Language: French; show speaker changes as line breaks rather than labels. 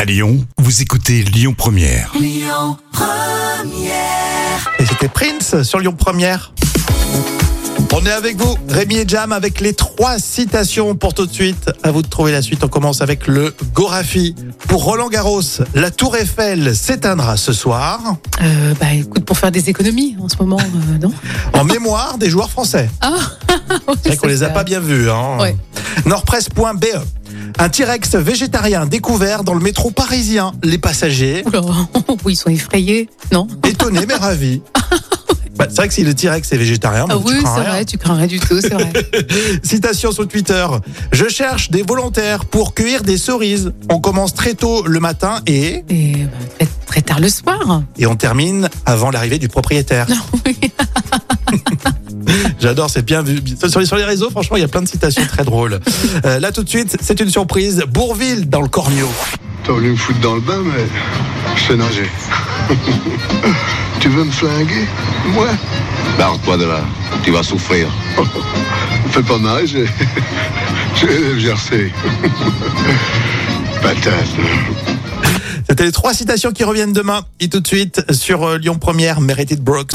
À Lyon, vous écoutez Lyon Première.
Et c'était Prince sur Lyon Première. On est avec vous, Rémi et Jam, avec les trois citations pour tout de suite. À vous de trouver la suite. On commence avec le Gorafi. Pour Roland Garros, la Tour Eiffel s'éteindra ce soir
Euh, bah écoute, pour faire des économies en ce moment, euh, non
en mémoire des joueurs français.
Ah
C'est vrai qu'on les a pas bien vus. Hein.
Ouais.
Nordpresse.be. E. Un T-Rex végétarien découvert dans le métro parisien. Les passagers,
Oula, oui, ils sont effrayés, non
étonnés mais ravis. Bah, c'est vrai que si le T-Rex est végétarien,
Ah
bon, tu
oui,
crains
c'est
rien.
vrai, tu crains rien du tout, c'est vrai.
Citation sur Twitter. Je cherche des volontaires pour cueillir des cerises. On commence très tôt le matin et,
Et bah, très, très tard le soir.
et on termine avant l'arrivée du propriétaire.
Non, oui.
J'adore, c'est bien vu. Sur les, sur les réseaux, franchement, il y a plein de citations très drôles. Euh, là, tout de suite, c'est une surprise. Bourville dans le Cornio.
T'as voulu me foutre dans le bain, mais je sais nager. tu veux me flinguer Moi
Barre-toi de là, tu vas souffrir.
Fais pas mal, j'ai... j'ai le jersey. Patate.
C'était les trois citations qui reviennent demain. Et tout de suite, sur euh, Lyon Première, Meredith Brooks.